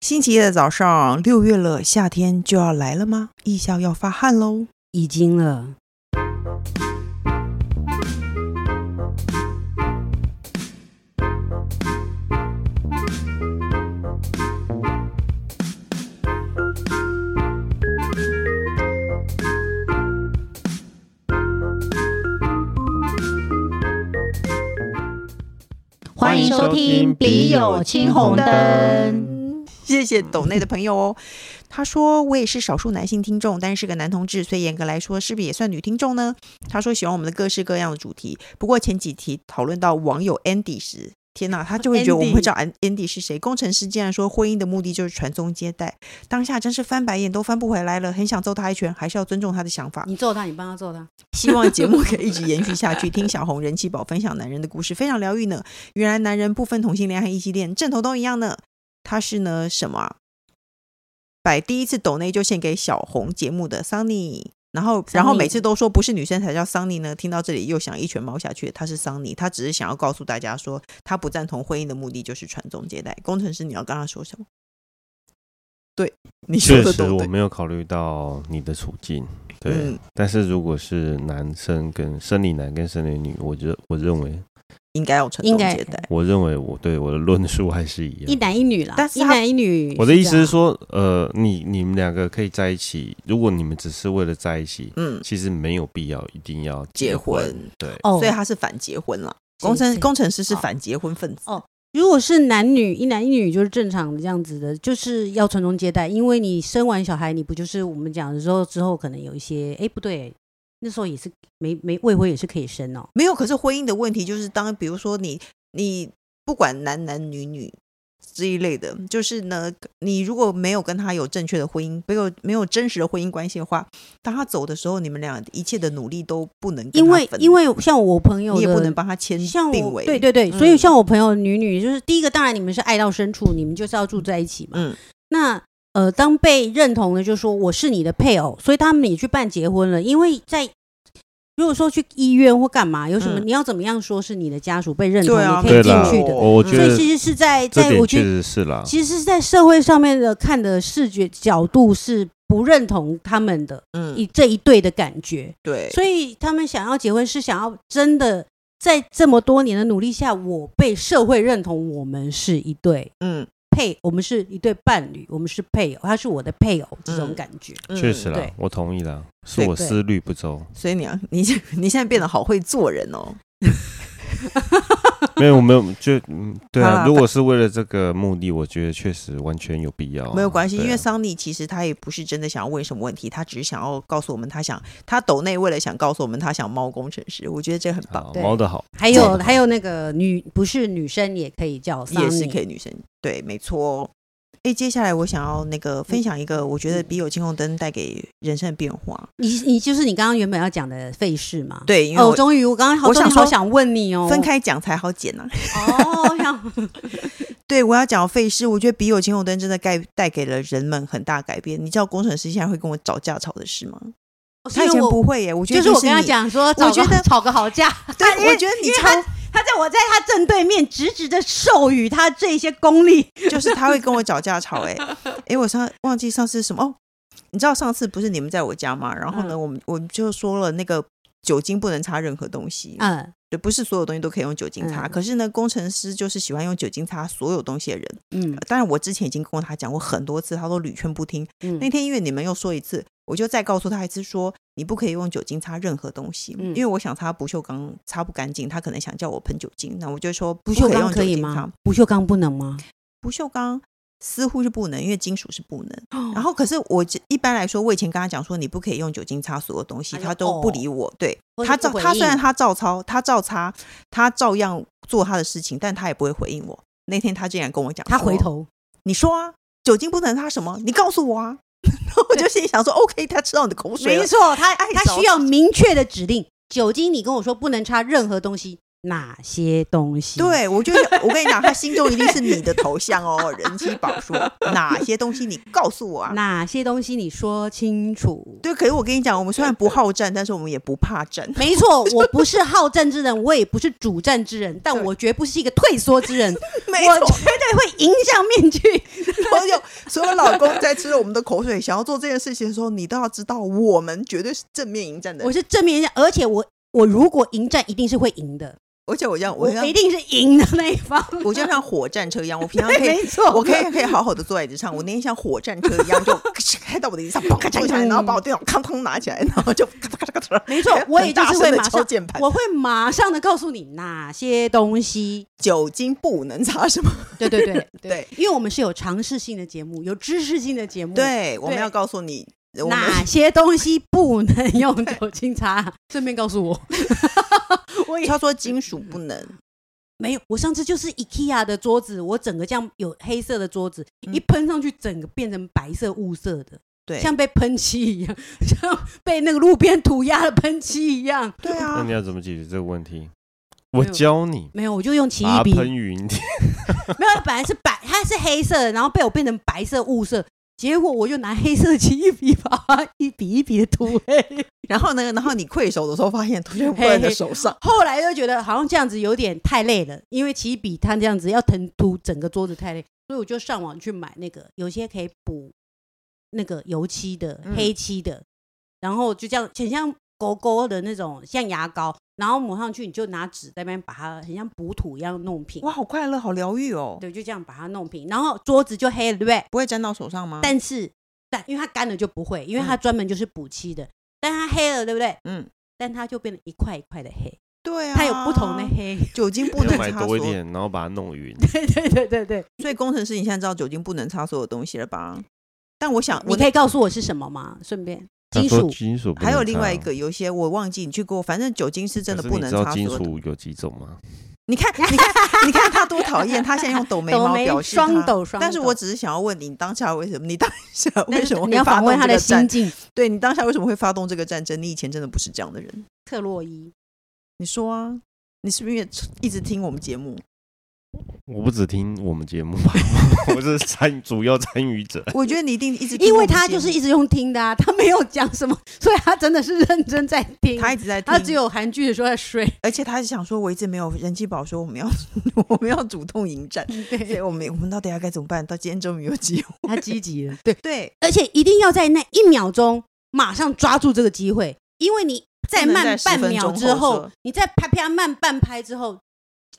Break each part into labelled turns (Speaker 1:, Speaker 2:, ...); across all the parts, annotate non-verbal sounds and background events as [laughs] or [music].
Speaker 1: 星期一的早上，六月了，夏天就要来了吗？艺校要发汗喽！
Speaker 2: 已经了。
Speaker 3: 欢迎收听《笔友青红灯》。
Speaker 1: 谢谢抖内的朋友哦。他说我也是少数男性听众，但是个男同志，所以严格来说是不是也算女听众呢？他说喜欢我们的各式各样的主题，不过前几题讨论到网友 Andy 时，天 [laughs] 哪，他就会觉得
Speaker 2: Andy
Speaker 1: 我们会知道 An- Andy 是谁。工程师竟然说婚姻的目的就是传宗接代，当下真是翻白眼都翻不回来了，很想揍他一拳，还是要尊重他的想法。
Speaker 2: 你揍他，你帮他揍他。
Speaker 1: 希望节目可以一直延续下去。听小红人气宝分享男人的故事，非常疗愈呢。原来男人不分同性恋和异性恋，正头都一样呢。他是呢什么、啊？摆第一次抖内就献给小红节目的 Sunny，然后然后
Speaker 2: Sunny
Speaker 1: 每次都说不是女生才叫 Sunny 呢。听到这里又想一拳猫下去，他是 Sunny，他只是想要告诉大家说，他不赞同婚姻的目的就是传宗接代。工程师，你要跟他说什么？对，你说
Speaker 3: 确
Speaker 1: 的
Speaker 3: 实，
Speaker 1: 都
Speaker 3: 我
Speaker 1: 对。
Speaker 3: 没有考虑到你的处境。对，
Speaker 1: 嗯，
Speaker 3: 但是如果是男生跟生理男跟生理女，我觉得我认为，
Speaker 1: 应该要传宗
Speaker 2: 应该
Speaker 1: 接代。
Speaker 3: 我认为我对我的论述还是一
Speaker 2: 一
Speaker 3: 样。
Speaker 2: 男一女啦，
Speaker 1: 但是
Speaker 2: 一
Speaker 1: 他
Speaker 2: 男一女。
Speaker 3: 我的意思是，说，呃，你你们两个可以在一起，如果你们只是为了在一起，
Speaker 1: 嗯，
Speaker 3: 其实没有必要一定要
Speaker 1: 结
Speaker 3: 婚。
Speaker 1: 婚。
Speaker 3: 对，
Speaker 2: 哦
Speaker 1: 所以，他是反结婚了。
Speaker 2: 是
Speaker 1: 工程
Speaker 2: 是
Speaker 1: 工程师是
Speaker 2: 哦
Speaker 1: 反结婚分子，
Speaker 2: 哦如果是男女一男一女，就是正常的这样子的，就是要传宗接代，因为你生完小孩，你不就是我们讲的时候之后，可能有一些，哎，不对，那时候也是没没未婚也是可以生哦。
Speaker 1: 没有。可是婚姻的问题就是当，比如说你你不管男男女女这一类的，就是呢，你如果没有跟他有正确的婚姻，没有没有真实的婚姻关系的话，当他走的时候，你们俩一切的努力都不能跟
Speaker 2: 因
Speaker 1: 他
Speaker 2: 为
Speaker 1: 分
Speaker 2: 因为像我朋友
Speaker 1: 你也
Speaker 2: 的
Speaker 1: 不能帮他签
Speaker 2: 像
Speaker 1: 定
Speaker 2: 我
Speaker 1: 为
Speaker 2: 对对对，
Speaker 1: 嗯
Speaker 2: 所以像我朋友女女，就是第一个，当然你们是爱到深处，你们就是要住在一起嘛。
Speaker 1: 嗯
Speaker 2: 那呃，当被认同的，就是说我是你的配偶，所以他们也去办结婚了。因为在如果说去医院或干嘛，有什么、
Speaker 1: 嗯
Speaker 2: 你要怎么样说是你的家属被认同，
Speaker 1: 对啊
Speaker 2: 你可
Speaker 3: 对
Speaker 2: 以进
Speaker 3: 啦
Speaker 2: 去
Speaker 1: 哦
Speaker 2: 的。
Speaker 3: 我我
Speaker 1: 嗯
Speaker 3: 觉
Speaker 2: 所以
Speaker 3: 得
Speaker 2: 其实是在
Speaker 3: 这
Speaker 2: 在我觉
Speaker 3: 点确
Speaker 2: 得，
Speaker 3: 实啊是啦。
Speaker 2: 其实是在社会上面的看的视觉角度是不认同他们的
Speaker 1: 嗯
Speaker 2: 一这一对的感觉。
Speaker 1: 对，
Speaker 2: 所以他们想要结婚是想要真的在这么多年的努力下，我被社会认同，我们是一对
Speaker 1: 嗯
Speaker 2: 配，我们是一对伴侣，我们是配偶，他是我的配偶这种感觉。
Speaker 1: 嗯
Speaker 3: 确实啦
Speaker 2: 对，
Speaker 3: 我同意啦，是我
Speaker 1: 对
Speaker 2: 对
Speaker 3: 思虑不周。
Speaker 1: 所以你要 [laughs] 你现你现在变得好会做人哦， [laughs]
Speaker 3: 没有，我没有，就嗯，对
Speaker 1: 好啦
Speaker 3: 啊。如果是为了这个目的，我觉得确实完全有必要啊、
Speaker 1: 没有关系，
Speaker 3: 对啊
Speaker 1: 因为桑尼其实他也不是真的想要问什么问题，他只是想要告诉我们，他想他抖内为了想告诉我们他想猫工程师，我觉得这很棒，
Speaker 3: 好
Speaker 2: 对
Speaker 3: 猫的好，
Speaker 2: 还有
Speaker 3: 对
Speaker 2: 还有那个女不是女生也可以叫
Speaker 1: 也是
Speaker 2: Sunny
Speaker 1: 可以女生对，没错哦。哎，接下来我想要那个分享一个，我觉得笔友青红灯带给人生的变化。
Speaker 2: 你你就是你刚刚原本要讲的费事嘛？。
Speaker 1: 对，因为
Speaker 2: 哦，
Speaker 1: 我
Speaker 2: 终于，我刚刚好，
Speaker 1: 我想
Speaker 2: 终于好
Speaker 1: 说
Speaker 2: 想问你哦，
Speaker 1: 分开讲才好剪啊。 [laughs]
Speaker 2: 哦，我想
Speaker 1: 对，我要讲费事，我觉得笔友青红灯真的带带给了人们很大改变。你知道工程师现在会跟我找架吵的事吗？他以前不，会耶，我觉
Speaker 2: 就
Speaker 1: 得
Speaker 2: 是我
Speaker 1: 跟
Speaker 2: 跟他，讲说，
Speaker 1: 我
Speaker 2: 找
Speaker 1: 觉
Speaker 2: 个
Speaker 1: 得
Speaker 2: 吵个
Speaker 1: [laughs]
Speaker 2: 好架，
Speaker 1: 对，
Speaker 2: 因为
Speaker 1: 我觉得你
Speaker 2: 因为
Speaker 1: 超
Speaker 2: 他他在我在他正对面直直的授予他这些功力。
Speaker 1: 就是他会跟我找架吵、欸，哎 [laughs] 哎，我上忘记上次什么哦，你知道上次不是你们在我家吗？然后呢，
Speaker 2: 嗯
Speaker 1: 我们我们就说了那个酒精不能擦任何东西，
Speaker 2: 嗯
Speaker 1: 对，不是所有东西都可以用酒精擦。
Speaker 2: 嗯
Speaker 1: 可是呢，工程师就是喜欢用酒精擦所有东西的人。
Speaker 2: 嗯
Speaker 1: 当然，我之前已经跟他讲过很多次，他都屡劝不听。
Speaker 2: 嗯
Speaker 1: 呃那天因为你们又说一次，我就再告诉他一次说，你不可以用酒精擦任何东西，
Speaker 2: 嗯
Speaker 1: 因为我想擦不锈钢擦不干净，他可能想叫我喷酒精，那我就说不
Speaker 2: 不锈
Speaker 1: 以
Speaker 2: 钢
Speaker 1: 用
Speaker 2: 可
Speaker 1: 酒
Speaker 2: 以
Speaker 1: 精哦擦
Speaker 2: 吗？？不锈钢不能吗？
Speaker 1: 不锈钢似乎是不能，因为金属是不能。
Speaker 2: 哦
Speaker 1: 然后，可是我这一般来说，我以前跟他讲说你不可以用酒精擦所有东西，
Speaker 2: 他就
Speaker 1: 他都不理我。对
Speaker 2: 哎哦或是
Speaker 1: 他
Speaker 2: 不
Speaker 1: 照
Speaker 2: 回
Speaker 1: 他虽然
Speaker 2: 应
Speaker 1: 他照抄，他照擦，他照样做他的事情，但他也不会回应我。那天他竟然跟我讲，
Speaker 2: 他回，头，
Speaker 1: 你说啊，酒精不能擦什么？你告诉我啊。 [laughs] 然后我就心里想说，OK，他吃到你的口水了。
Speaker 2: 错，他
Speaker 1: 啊爱
Speaker 2: 他
Speaker 1: 找
Speaker 2: 需要明确的指令。酒精，你跟我说不能插任何东西，哪些东西？，
Speaker 1: 对，我就是
Speaker 2: [laughs]
Speaker 1: 我跟你讲，他心中一定是你的头像哦。人气宝
Speaker 2: [laughs]
Speaker 1: 说哪些东西你告诉我啊？
Speaker 2: 哪些东西你说清楚。 [laughs]
Speaker 1: 对，可是我跟你讲，我们虽然不好战，但是我们也不怕战。
Speaker 2: 没错，我不是好战之人，我也不是主战之人，但
Speaker 1: 对
Speaker 2: 我绝不是一个退缩之人，
Speaker 1: [laughs] 没
Speaker 2: 我绝对会迎向面去。
Speaker 1: 我有 [laughs] 所以我老公在吃了我们的口水，想要做这件事情的时候，你都要知道，我们绝对是正面迎战的
Speaker 2: 我。是正面人，而且我我如果迎战，一定是会赢的，
Speaker 1: 而且我这样，我
Speaker 2: 我
Speaker 1: 这样
Speaker 2: 一定是赢的那一方。
Speaker 1: 我就像火战车一样，我平常可以
Speaker 2: 没错，
Speaker 1: 我可以可以好好的坐在椅子上，我那天像火战车一样，就咔嚓开到我的椅子上，砰咔嚓一下，然后把我电脑哐当拿起来，然后就咔嚓咔嚓咔嚓，
Speaker 2: 嗯没错，我也
Speaker 1: 很
Speaker 2: 就
Speaker 1: 大
Speaker 2: 是
Speaker 1: 声
Speaker 2: 会
Speaker 1: 地
Speaker 2: 马
Speaker 1: 敲
Speaker 2: 上，
Speaker 1: 键盘。
Speaker 2: 我会马上的告诉你哪些东西。
Speaker 1: 酒精不能擦什么？
Speaker 2: 对 [laughs] 对对
Speaker 1: 对，
Speaker 2: 因为我们是有尝试性的节目，有知识性的节目，，
Speaker 1: 对，我们要告诉你，我们
Speaker 2: 哪些东西不能 [laughs] 用酒精擦。顺便告诉我，我也
Speaker 1: 他说金属不能，
Speaker 2: 没有，我上次就是 IKEA 的桌子，我整个这样有黑色的桌子，
Speaker 1: 嗯
Speaker 2: 一喷上去，整个变成白色雾色的，
Speaker 1: 对，
Speaker 2: 像被喷漆一样， [laughs] 像被那个路边涂鸦的喷漆一样。
Speaker 1: 对
Speaker 3: 那
Speaker 1: 啊
Speaker 3: 你，要怎么解决这个问题？
Speaker 2: 没有
Speaker 3: 我教你，
Speaker 2: 没有，我就用奇异
Speaker 3: 把它
Speaker 2: 笔，
Speaker 1: [laughs]
Speaker 3: 喷匀。
Speaker 2: 没有，它本来是白，它是黑色的，然后被我变成白色雾色，结果我就拿黑色的奇异笔把它一笔一笔的涂黑。
Speaker 1: 然后呢，然后你溃手的时候发现突然握在你的手上，
Speaker 2: 后来又觉得好像这样子有点太累了，因为奇异笔它这样子要腾涂整个桌子太累，所以我就上网去买那个有些可以补那个油漆的、
Speaker 1: 嗯
Speaker 2: 黑漆的，然后就这样很像勾勾的那种像牙膏，然后抹上去你就拿纸在那边把它很像补土一样弄平，
Speaker 1: 哇，好快乐，好疗愈哦，
Speaker 2: 对，就这样把它弄平，然后桌子就黑了，对不对？
Speaker 1: 不会沾到手上吗？
Speaker 2: 但是但因为它干了就不会，因为它专门就是补漆的，但它黑了，对不对？
Speaker 1: 嗯，
Speaker 2: 但它就变得一块一块的黑，
Speaker 1: 对啊，
Speaker 2: 它有不同的黑。
Speaker 1: 酒精不
Speaker 3: 你
Speaker 1: 能
Speaker 3: 要买
Speaker 1: 擦所
Speaker 3: 多一
Speaker 1: 有
Speaker 3: 点，然后把它弄匀。
Speaker 2: [laughs] 对对对对对，
Speaker 1: 所以工程师，你现在知道酒精不能擦所有东西了吧？但我想，
Speaker 2: 你
Speaker 1: 我
Speaker 2: 可以告诉我是什么吗？顺便，
Speaker 3: 他
Speaker 2: 金
Speaker 3: 说
Speaker 2: 属
Speaker 3: 金属不
Speaker 1: 还有
Speaker 3: 能
Speaker 1: 另
Speaker 3: 擦
Speaker 1: 外一，个，有一些我忘记你去过，反正酒精是真的
Speaker 3: 可
Speaker 1: 不
Speaker 3: 是你
Speaker 1: 能
Speaker 3: 知道
Speaker 1: 擦所
Speaker 3: 金
Speaker 1: 有的。
Speaker 3: 属有几种吗？
Speaker 1: 你看，你看，你看他多讨厌！他现在用抖眉
Speaker 2: 斗
Speaker 1: 毛
Speaker 2: 眉
Speaker 1: 表示他
Speaker 2: 双。斗双斗。
Speaker 1: 但是我只是想要问你，你当下为什么？你当下
Speaker 2: 那
Speaker 1: 为什么会
Speaker 2: 你要
Speaker 1: 发
Speaker 2: 访问
Speaker 1: 动
Speaker 2: 他
Speaker 1: 这
Speaker 2: 的
Speaker 1: 个
Speaker 2: 心
Speaker 1: 战？
Speaker 2: 境？
Speaker 1: 对你当下为什么会发动这个战争？你以前真的不是这样的人。
Speaker 2: 特洛伊，
Speaker 1: 你说啊，你是不是因为一直听我们节
Speaker 2: [laughs]
Speaker 1: 目？
Speaker 3: 我不只听我们节目
Speaker 1: [laughs]
Speaker 3: 吧，我是参主要参与者。
Speaker 1: 我觉得你一定一直听
Speaker 2: 因
Speaker 1: 我
Speaker 2: 为
Speaker 1: 们
Speaker 2: 他
Speaker 1: 节
Speaker 2: 就是
Speaker 1: 目
Speaker 2: 一直用听的啊，他没有讲什么， [laughs] 所以他真的是认真在听。
Speaker 1: 他一直在听，
Speaker 2: 他只有韩剧的时候
Speaker 1: [laughs]
Speaker 2: 在睡。
Speaker 1: 而且他是想说，我一直没有人气宝说我们要 [laughs] 我们要主动迎战，所以
Speaker 2: 对，
Speaker 1: 我们我们到底要该怎么办？到今天终于有机会， [laughs]
Speaker 2: 他积极了。
Speaker 1: 对，
Speaker 2: 而且一定要在那一秒钟马上抓住这个机会，因为你再
Speaker 1: 不能在
Speaker 2: 慢
Speaker 1: 10
Speaker 2: 半
Speaker 1: 分
Speaker 2: 秒
Speaker 1: 钟
Speaker 2: 之
Speaker 1: 后
Speaker 2: 后
Speaker 1: 说，
Speaker 2: 你再啪啪慢半拍之后，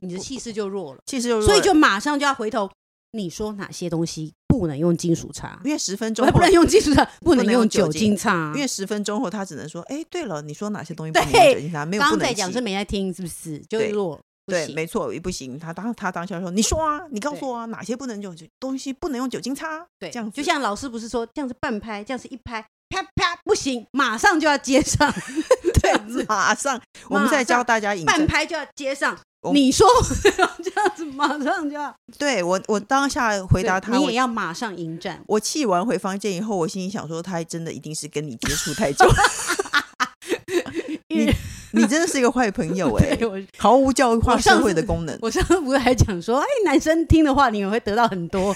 Speaker 2: 你的气势就弱了，
Speaker 1: 其实就
Speaker 2: 所以就马上就要回头。你说哪些东西不能用金属擦？
Speaker 1: 因为十分钟
Speaker 2: 不
Speaker 1: 后
Speaker 2: 能，用金属擦，
Speaker 1: [laughs]
Speaker 2: 不能
Speaker 1: 能
Speaker 2: 用
Speaker 1: 用
Speaker 2: 酒
Speaker 1: 酒
Speaker 2: 精
Speaker 1: 精啊
Speaker 2: 擦。
Speaker 1: 因为十分钟后他只能说，哎，对了，你说哪些东西不
Speaker 2: 对
Speaker 1: 能用酒精擦？没有
Speaker 2: 刚
Speaker 1: 不
Speaker 2: 刚在
Speaker 1: 能
Speaker 2: 讲是
Speaker 1: 吃
Speaker 2: 没在听，是不是？就
Speaker 1: 对
Speaker 2: 弱了。不
Speaker 1: 对，
Speaker 2: 行
Speaker 1: 没错，也不行。他当他当下说，你说啊，你告诉我啊，哪些不能用酒东西不能用酒精擦？
Speaker 2: 对，
Speaker 1: 这样子
Speaker 2: 就像老师不是说这样是半拍，这样是一拍，啪啪不行，马上就要接上， [laughs] 这样子 [laughs]
Speaker 1: 对， [laughs] 马上我们再教大家迎
Speaker 2: 半
Speaker 1: 战。
Speaker 2: 拍就要接上。
Speaker 1: 我
Speaker 2: 你说 [laughs] 这样子，马上就要
Speaker 1: 对我，我当下回答
Speaker 2: 对
Speaker 1: 他，
Speaker 2: 你
Speaker 1: 我
Speaker 2: 也要马上迎战。
Speaker 1: 我气完回房间以后，我心里想说，他真的一定是跟你接触太久， [laughs]
Speaker 2: 因为
Speaker 1: 你真的是一个坏朋友哎、
Speaker 2: [laughs] 对我
Speaker 1: 毫无教
Speaker 2: 我
Speaker 1: 化
Speaker 2: 上
Speaker 1: 社会
Speaker 2: 次
Speaker 1: 的功能。
Speaker 2: 我上次不是还讲说，哎，男生听的话，你们会得到很
Speaker 1: [laughs]
Speaker 2: 多。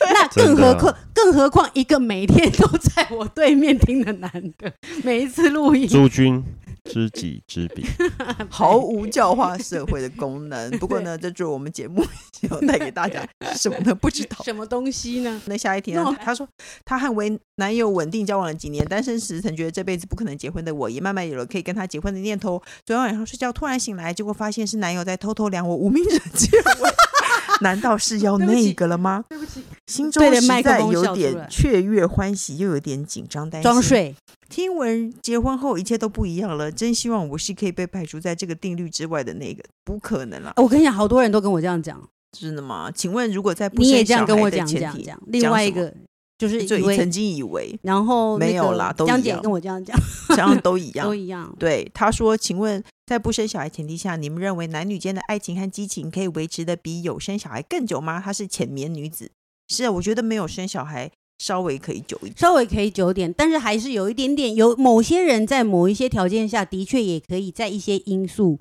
Speaker 2: 那更
Speaker 3: 真的
Speaker 2: 何况，更何况一个每天都在我对面听的男的，每一次录音，
Speaker 3: 诸君知己知彼，
Speaker 2: [laughs]
Speaker 1: 毫无教化社会的功能。不过呢，这就是我们节目想要带给大家什么呢？不知道。
Speaker 2: 什么东西呢？
Speaker 1: 那下一题呢
Speaker 2: 那我？
Speaker 1: 他说，他和为男友稳定交往了几年，单身时曾觉得这辈子不可能结婚的我，也慢慢有了可以跟他结婚的念头。昨天晚上睡觉，突然醒来，结果发现是男友在偷偷量我无名指结尾。 [laughs] 难道是要
Speaker 2: 对不起
Speaker 1: 那个了吗？
Speaker 2: 对不起，
Speaker 1: 心中
Speaker 2: 对着
Speaker 1: 实
Speaker 2: 麦克
Speaker 1: 在
Speaker 2: 风笑
Speaker 1: 有
Speaker 2: 出来
Speaker 1: 点雀跃欢喜，又有点紧张担心。
Speaker 2: 装睡。
Speaker 1: 听闻结婚后一切都不一样了，真希望我是可以被排除在这个定律之外的那个。不可能啦，
Speaker 2: 哎我跟你讲，好多人都跟我这样讲，
Speaker 1: 真的吗？请问，如果在不
Speaker 2: 你也
Speaker 1: 生
Speaker 2: 这样
Speaker 1: 小
Speaker 2: 跟我
Speaker 1: 孩的
Speaker 2: 讲这
Speaker 1: 前
Speaker 2: 样
Speaker 1: 提，
Speaker 2: 讲。另外一
Speaker 1: 什么
Speaker 2: 个就是
Speaker 1: 就
Speaker 2: 以
Speaker 1: 你
Speaker 2: 为
Speaker 1: 曾，经以
Speaker 2: [laughs]
Speaker 1: 为
Speaker 2: 然后那
Speaker 1: 没有
Speaker 2: 个
Speaker 1: 啦都
Speaker 2: 江
Speaker 1: 一
Speaker 2: 姐
Speaker 1: 样
Speaker 2: 跟我这样讲，
Speaker 1: 这样都一
Speaker 2: 都
Speaker 1: 样。
Speaker 2: 一样。
Speaker 1: 对，他说，请问在不生小孩前提下，你们认为男女间的爱情和激情可以维持的比有生小孩更久吗？她是浅眠女子，是啊，我觉得没有生小孩稍微可以久一点。
Speaker 2: 稍微可以久点，但是还是有一点点，有某些人在某一些条件下的确也可以在一些因素，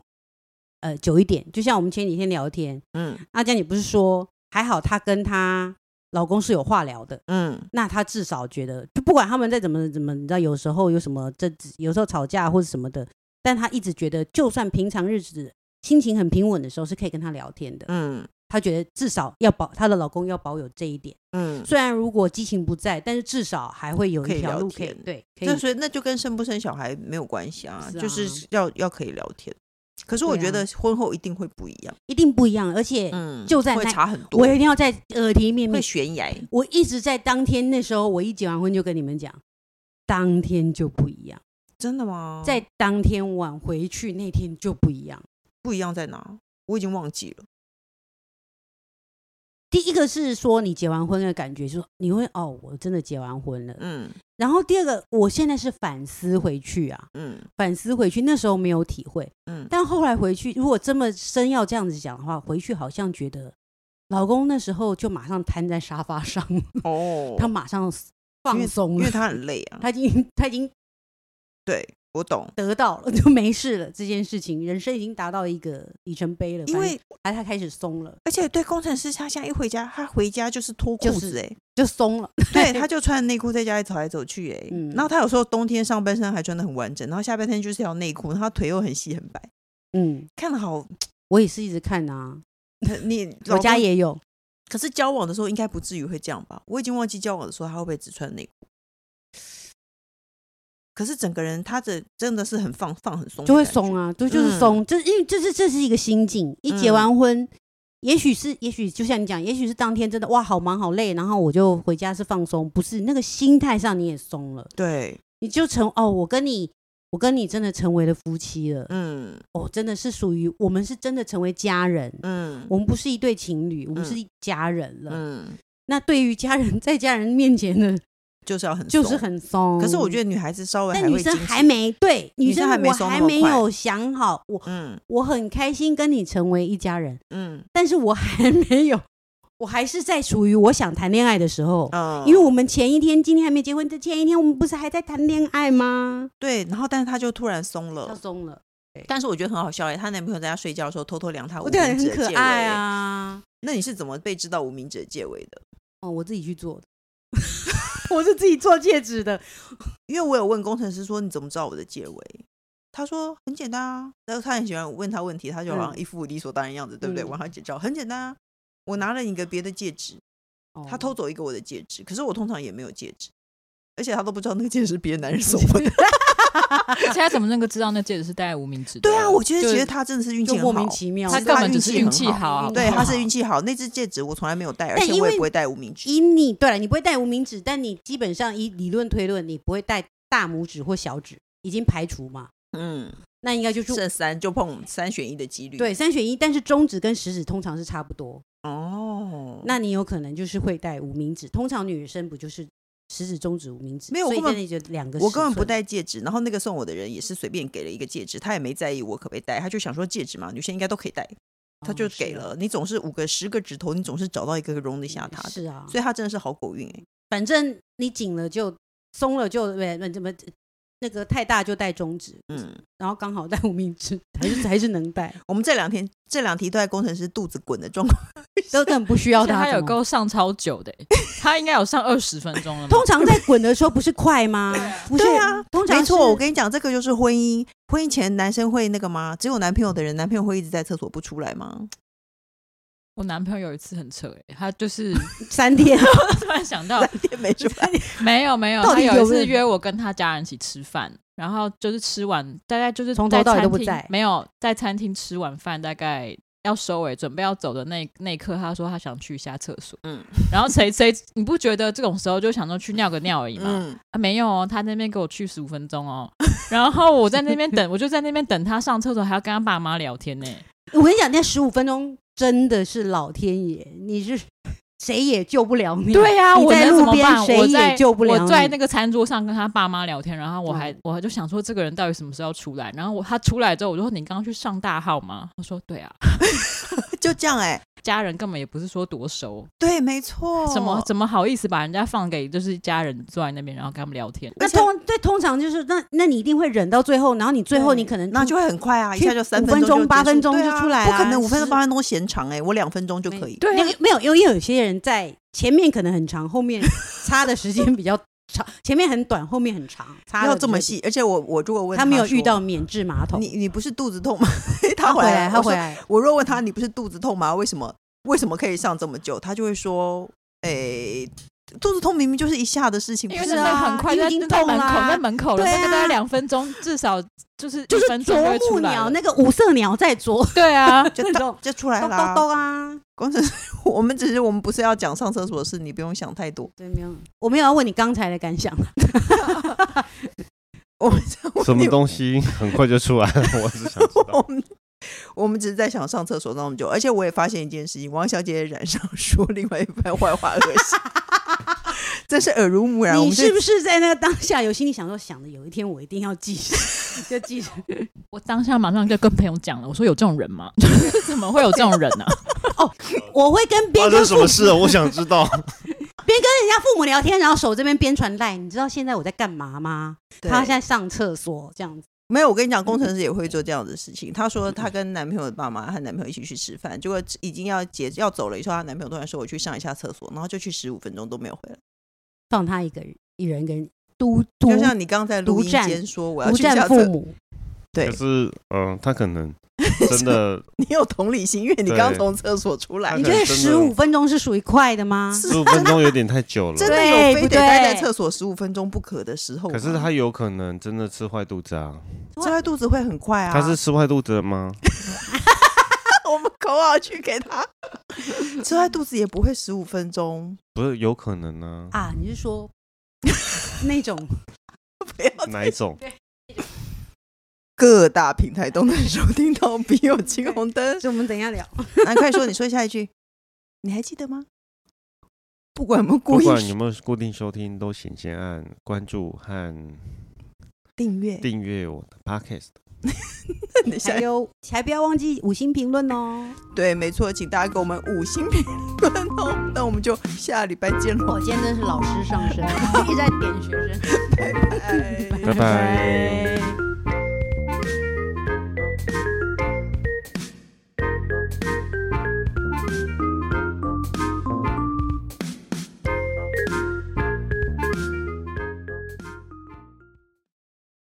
Speaker 2: 呃，久一点。就像我们前几天聊天，
Speaker 1: 嗯
Speaker 2: 阿江，你不是说还好她跟她老公是有话聊的，
Speaker 1: 嗯，
Speaker 2: 那她至少觉得，就不管他们再怎么怎么，你知道有时候有什么争执，有时候吵架或者什么的，但她一直觉得，就算平常日子心情很平稳的时候，是可以跟他聊天的。
Speaker 1: 嗯，
Speaker 2: 她觉得至少要保她的老公要保有这一点。
Speaker 1: 嗯，
Speaker 2: 虽然如果激情不在，但是至少还会有
Speaker 1: 可以
Speaker 2: 一条
Speaker 1: 聊
Speaker 2: 路可以
Speaker 1: 天
Speaker 2: 对，可
Speaker 1: 那
Speaker 2: 以
Speaker 1: 所以那就跟生不生小孩没有关系啊，
Speaker 2: 是啊
Speaker 1: 就是要要可以聊天。可是我
Speaker 2: 对啊
Speaker 1: 觉得婚后一定会不一样，
Speaker 2: 一定不一样。而且
Speaker 1: 嗯，
Speaker 2: 就在
Speaker 1: 会
Speaker 2: 那
Speaker 1: 差很多，
Speaker 2: 我一定要在耳提面
Speaker 1: 会
Speaker 2: 命，
Speaker 1: 悬崖。
Speaker 2: 我一直在当天那时候，我一结完婚就跟你们讲，当天就不一样，
Speaker 1: 真的吗？
Speaker 2: 在当天晚回去那天就不一样。
Speaker 1: 不一样在哪？我已经忘记了。
Speaker 2: 第一个是说你结完婚的感觉，说你会哦，我真的结完婚了。
Speaker 1: 嗯
Speaker 2: 然后第二个，我现在是反思回去啊，
Speaker 1: 嗯
Speaker 2: 反思回去，那时候没有体会，
Speaker 1: 嗯，
Speaker 2: 但后来回去，如果这么深要这样子讲的话，回去好像觉得老公那时候就马上瘫在沙发上， [laughs]
Speaker 1: 哦，
Speaker 2: 他马上放松
Speaker 1: 因为
Speaker 2: 了，
Speaker 1: 他很累啊。
Speaker 2: 他已经他已经
Speaker 1: 对，我懂，
Speaker 2: 得到了，就没事了。这件事情，人生已经达到一个里程碑了。
Speaker 1: 因为
Speaker 2: 哎，他开始松了，
Speaker 1: 而且对工程师，他现在一回家，他回家就是脱裤
Speaker 2: 就是
Speaker 1: 子哎、
Speaker 2: 就松了。 [laughs]
Speaker 1: 对，他就穿内裤在家里走来走去哎、
Speaker 2: 嗯
Speaker 1: 然后他有时候冬天上半身还穿的很完整，然后下半身就是条内裤，然后他腿又很细很白，
Speaker 2: 嗯，
Speaker 1: 看了好。
Speaker 2: 我也是一直看啊，
Speaker 1: [laughs] 你
Speaker 2: 我
Speaker 1: 老
Speaker 2: 家
Speaker 1: 公，
Speaker 2: 也有，
Speaker 1: 可是交往的时候应该不至于会这样吧？我已经忘记交往的时候他会不会只穿内裤。可是整个人他的真的是很放放很松，
Speaker 2: 就会松。啊，对，就是
Speaker 1: 嗯
Speaker 2: 松，这因为这是这是一个心境。一结
Speaker 1: 嗯
Speaker 2: 完婚，也许是也许就像你讲，也许是当天真的哇好忙好累，然后我就回家是放松，不是那个心态上你也松了，
Speaker 1: 对，
Speaker 2: 你就成哦，我跟你我跟你真的成为了夫妻了，
Speaker 1: 嗯
Speaker 2: 哦，真的是属于我们是真的成为家人。
Speaker 1: 嗯
Speaker 2: 我们不是一对情侣，我们
Speaker 1: 嗯
Speaker 2: 是一家人了。
Speaker 1: 嗯，
Speaker 2: 那对于家人，在家人面前的，
Speaker 1: 就是要很
Speaker 2: 就是
Speaker 1: 松
Speaker 2: 很松。
Speaker 1: 可是我觉得女孩子稍微还
Speaker 2: 但
Speaker 1: 会
Speaker 2: 女生
Speaker 1: 矜持
Speaker 2: 还，没对
Speaker 1: 女
Speaker 2: 女
Speaker 1: 生
Speaker 2: 生，
Speaker 1: 还没
Speaker 2: 我
Speaker 1: 松那
Speaker 2: 还
Speaker 1: 么
Speaker 2: 没
Speaker 1: 快
Speaker 2: 有想好，我
Speaker 1: 嗯
Speaker 2: 我很开心跟你成为一家人，
Speaker 1: 嗯
Speaker 2: 但是我还没有，我还是在处于我想谈恋爱的时候，
Speaker 1: 啊
Speaker 2: 因为我们前一天今天还没结婚，这前一天我们不是还在谈恋爱吗？
Speaker 1: 对，然后但是她就突然松
Speaker 2: 他
Speaker 1: 了。
Speaker 2: 松了，
Speaker 1: 但是我觉得很好笑哎、她男朋友在她睡觉的时候偷偷量她无
Speaker 2: 我
Speaker 1: 名
Speaker 2: 觉得
Speaker 1: 指
Speaker 2: 很
Speaker 1: 的
Speaker 2: 可
Speaker 1: 戒
Speaker 2: 爱
Speaker 1: 围！
Speaker 2: 啊。
Speaker 1: 那你是怎么被知道无名指的戒围的？
Speaker 2: 哦，我自己去做的， [laughs] 我是自己做戒指的。
Speaker 1: 因为我有问工程师说你怎么知道我的戒围？他说很简单啊，然后他很喜欢问他问题，他就好像
Speaker 2: 嗯
Speaker 1: 一副理所当然样子，对不对？
Speaker 2: 嗯
Speaker 1: 我让他解照，很简单啊。我拿了你一个别的戒指，
Speaker 2: 哦
Speaker 1: 他偷走一个我的戒指，可是我通常也没有戒指，而且他都不知道那个戒指是别的男人送我的。
Speaker 4: 而且他怎么能够知道那戒指是戴无名指的？
Speaker 1: [laughs] 对 [laughs] 啊，我觉得
Speaker 4: 就
Speaker 1: 觉得他真的是运气
Speaker 2: 就
Speaker 1: 很
Speaker 2: 莫
Speaker 1: 好，
Speaker 2: 名其妙，
Speaker 4: 他
Speaker 1: 是
Speaker 4: 根
Speaker 1: 他
Speaker 4: 本
Speaker 1: 运
Speaker 4: 只是
Speaker 1: 气
Speaker 4: 运
Speaker 1: 很
Speaker 4: 气
Speaker 1: 好
Speaker 4: 好啊好不好，
Speaker 1: 对，他是运
Speaker 4: 气。
Speaker 1: 气好。那只戒指我从来没有戴，而
Speaker 2: 但
Speaker 1: 且
Speaker 2: 因
Speaker 1: 我也
Speaker 2: 为
Speaker 1: 不会戴无名指。
Speaker 2: 以你对了，你不会戴无名指，但你基本上以理论推论，你不会戴大拇指或小指，已经排除嘛。
Speaker 1: 嗯，
Speaker 2: 那应该就是
Speaker 1: 这三就碰三选一的几率。
Speaker 2: 对，三选一，但是中指跟食指通常是差不多。
Speaker 1: 哦，
Speaker 2: 那你有可能就是会戴无名指，通常女生不就是食指、中指、无名指？
Speaker 1: 没有我
Speaker 2: 所以
Speaker 1: 根本
Speaker 2: 那就两个。
Speaker 1: 我根本不。戴戒指，然后那个送我的人也是随便给了一个戒指，他也没在意我可不可以戴，他就想说戒指嘛，女生应该都可以戴，他就
Speaker 2: 哦
Speaker 1: 给
Speaker 2: 是啊
Speaker 1: 了。你总是五个、十个指头，你总是找到一个容得下他的，
Speaker 2: 是啊，
Speaker 1: 所以他真的是好狗运哎、
Speaker 2: 反正你紧了就松了就对，那怎么那个太大就戴中指，
Speaker 1: 嗯，
Speaker 2: 然后刚好戴无名指，还是还是
Speaker 1: [laughs]
Speaker 2: 能戴，
Speaker 1: 我们这两天这两题都在工程师肚子滚的状况，
Speaker 2: 都根本不需要
Speaker 4: 而且他
Speaker 2: 它
Speaker 4: 有
Speaker 2: 怎么
Speaker 4: 够上超久的
Speaker 1: [laughs]
Speaker 4: 欸，他应该有上二十分钟了吧。
Speaker 2: 通常在滚的时候不是快吗？
Speaker 1: [laughs]
Speaker 2: 不是
Speaker 1: 对啊，
Speaker 2: 通常
Speaker 1: [laughs] 没错，
Speaker 2: 是
Speaker 1: 我跟你讲，这个就是婚姻。婚姻前男生会那个吗？只有男朋友的人，男朋友会一直在厕所不出来吗？
Speaker 4: 我男朋友有一次很扯哎，他就是 [laughs]
Speaker 2: 三天啊
Speaker 4: 突然想到
Speaker 1: 三，天
Speaker 2: [laughs]
Speaker 1: 没出来，
Speaker 4: 没有没有，
Speaker 2: 到
Speaker 4: 他
Speaker 2: 底有
Speaker 4: 有
Speaker 2: 没
Speaker 4: 一
Speaker 2: 有
Speaker 4: 次约我跟他家人一起吃饭，然后就是吃完，大概就是
Speaker 2: 从头到尾都不
Speaker 4: 餐厅
Speaker 2: 在
Speaker 4: 没有在餐厅吃完饭，大概要收尾准备要走的那那一刻，他说他想去一下厕所，
Speaker 1: 嗯
Speaker 4: 然后谁谁你不觉得这种时候就想说去尿个尿而已吗？
Speaker 1: 嗯，
Speaker 4: 啊，没有哦，他那边给我去十五分钟哦， [laughs] 然后我在那边等，我就在那边等他上厕所，还要跟他爸妈聊天呢。
Speaker 2: 我跟你讲，那十五分钟真的是老天爷，你是 [laughs] 谁也救不了你。
Speaker 4: 对呀、
Speaker 2: 你
Speaker 4: 我
Speaker 2: 在
Speaker 4: 能怎
Speaker 2: 路
Speaker 4: 么
Speaker 2: 边
Speaker 4: 办？
Speaker 2: 谁
Speaker 4: 我在
Speaker 2: 也救不了
Speaker 4: 我在
Speaker 2: 你
Speaker 4: 那。个餐桌上跟他爸妈聊天，然后我还、
Speaker 2: 嗯
Speaker 4: 我就想说这个人到底什么时候出来？然后我他出来之后，我就说你刚刚去上大号吗？他说对啊，
Speaker 1: 就这样哎、
Speaker 4: 家人根本也不是说多熟，
Speaker 1: 对，没
Speaker 2: 哦
Speaker 1: 错，
Speaker 4: 怎么怎么好意思把人家放给就是家人坐在那边，然后跟他们聊天？
Speaker 2: 那
Speaker 1: 而且
Speaker 2: 通对通常就是那那你一定会忍到最后，然后你最后
Speaker 1: 对
Speaker 2: 你可能
Speaker 1: 那就会很快啊，一
Speaker 2: 去
Speaker 1: 下就三
Speaker 2: 五分
Speaker 1: 钟就
Speaker 2: 钟八
Speaker 1: 结束
Speaker 2: 分钟
Speaker 1: 对
Speaker 2: 就
Speaker 1: 啊
Speaker 2: 出来
Speaker 1: 不可
Speaker 2: 啦
Speaker 1: 能五分钟
Speaker 2: 是
Speaker 1: 八分钟嫌长哎、我两分钟就可以。
Speaker 4: 对
Speaker 2: 那个没有，因为因为有些人在前面可能很长，后面差的时间比较长， [laughs] 前面很短，后面很长，差
Speaker 1: 要
Speaker 2: 的
Speaker 1: 这么
Speaker 2: 比较
Speaker 1: 细，而且我我如果问
Speaker 2: 啊多。他没有遇
Speaker 1: 说
Speaker 2: 到免治马桶，
Speaker 1: 你，你不是肚子痛吗？ [laughs]
Speaker 2: 他
Speaker 1: 回
Speaker 2: 回
Speaker 1: 来
Speaker 2: 来，
Speaker 1: 了
Speaker 2: 他
Speaker 1: 我说
Speaker 2: 回来，
Speaker 1: 我若问他你不是肚子痛吗？为什么？为什么可以上这么久？他就会说，诶、肚子痛明明就是一下的事情，
Speaker 4: 因为
Speaker 1: 不
Speaker 4: 真
Speaker 1: 是
Speaker 4: 的
Speaker 1: 啊，
Speaker 4: 很快
Speaker 2: 因为
Speaker 4: 在
Speaker 2: 已
Speaker 4: 在
Speaker 2: 经
Speaker 4: 在
Speaker 2: 动
Speaker 4: 门口，
Speaker 2: 啦
Speaker 4: 在门口了，
Speaker 1: 对
Speaker 4: 那个大
Speaker 1: 啊
Speaker 4: 概两分钟，至少就是
Speaker 2: 就
Speaker 4: 一
Speaker 2: 是
Speaker 4: 分钟就
Speaker 2: 啄
Speaker 4: 会出
Speaker 2: 木
Speaker 4: 来
Speaker 2: 鸟
Speaker 4: 了。
Speaker 2: 那个五色鸟在啄，
Speaker 4: 对啊，
Speaker 1: 就
Speaker 2: [laughs] 那
Speaker 1: 大
Speaker 2: 种
Speaker 1: 就出来
Speaker 2: 咚
Speaker 1: 啦。
Speaker 2: 咚咚啊！
Speaker 1: 工程师， [laughs] 我们只是我们不是要讲上厕所的事，你不用想太多。
Speaker 2: 对，没有，我没有要问你刚才的感想，
Speaker 1: [laughs] 我们在问
Speaker 3: 什么
Speaker 1: 你
Speaker 3: 东西很快就出来了，我只想知
Speaker 1: [laughs]
Speaker 3: 道。
Speaker 1: 我们我们只是在想上厕所那么久，而且我也发现一件事情：王小姐染上说另外一半坏话恶
Speaker 2: [laughs]
Speaker 1: 心，这是耳濡目染。我
Speaker 2: 你
Speaker 1: 们
Speaker 2: [laughs] 是不是在那个当下有心里想说，想着有一天我一定要记下， [laughs] 就记下。
Speaker 4: 我当下马上就跟朋友讲了，我说有这种人吗？ [laughs] 就是怎么会有这种人啊呢、
Speaker 2: 我会跟边
Speaker 3: 发
Speaker 2: 跟
Speaker 3: 生
Speaker 2: 父
Speaker 3: 什么事啊了？我想知道。
Speaker 2: 边跟人家父母聊天，然后手这边边传赖，你知道现在我在干嘛吗？
Speaker 1: 对
Speaker 2: 他现在上厕所这样子，
Speaker 1: 没有，我跟你讲，工程师也会做这样的事情。她说她跟男朋友的爸妈和男朋友一起去吃饭，结果已经要结要走了以后，她男朋友突然说我去上一下厕所，然后就去十五分钟都没有回来。
Speaker 2: 放他一个人一人跟独独
Speaker 1: 就像你刚在录音
Speaker 2: 独占
Speaker 1: 间说我要
Speaker 2: 独
Speaker 1: 去一下
Speaker 2: 占
Speaker 1: 厕
Speaker 2: 父，母，
Speaker 1: 对
Speaker 3: 可，
Speaker 2: [laughs]
Speaker 3: 是，嗯、他可能
Speaker 1: [laughs]
Speaker 3: 真的，
Speaker 1: 你有同理心，因为你刚
Speaker 3: 对
Speaker 1: 从厕所出来
Speaker 2: 你
Speaker 3: 他
Speaker 2: 觉
Speaker 3: 可能
Speaker 2: 得
Speaker 3: 真的
Speaker 2: 十五分钟是属于快的吗？
Speaker 1: 是
Speaker 3: 十五分钟有点太久了。
Speaker 1: 真的
Speaker 2: 对
Speaker 1: 有非
Speaker 2: 不
Speaker 1: 得
Speaker 2: 对
Speaker 1: 待在厕所十五分钟不可的时候吗。
Speaker 3: 可是他有可能真的吃坏肚子啊！
Speaker 1: 吃坏肚子会很快啊。
Speaker 3: 他是吃坏肚子了吗？
Speaker 1: [laughs] 我们口号去给
Speaker 3: [laughs]
Speaker 1: 他，吃坏肚子也不会十五分钟，
Speaker 3: 不是，有可能呢、
Speaker 2: 啊，你是说 [laughs] 那种
Speaker 1: 不要
Speaker 3: 哪一种？
Speaker 1: 各大平台都能收听到《笔友青红
Speaker 3: [laughs]
Speaker 1: 灯》
Speaker 2: 就我们等一下 [laughs] 聊。
Speaker 1: 来，快说，你说下一句，你还记得吗？不管我们
Speaker 3: 不
Speaker 1: 故意
Speaker 3: 管有没有固定收听，都请先按关注和
Speaker 1: [laughs] 订阅，
Speaker 3: 订阅我的 podcast。
Speaker 1: 你
Speaker 2: 还
Speaker 3: [laughs]
Speaker 1: 下一
Speaker 2: 有，还不要忘记五星评论哦。
Speaker 1: 对，没错，请大家给我们五星评论哦。那我们就下礼拜见
Speaker 2: 哦
Speaker 1: 喽
Speaker 2: 我，今天真是老师上身，一直在点学生。
Speaker 1: 拜拜。
Speaker 3: 拜拜。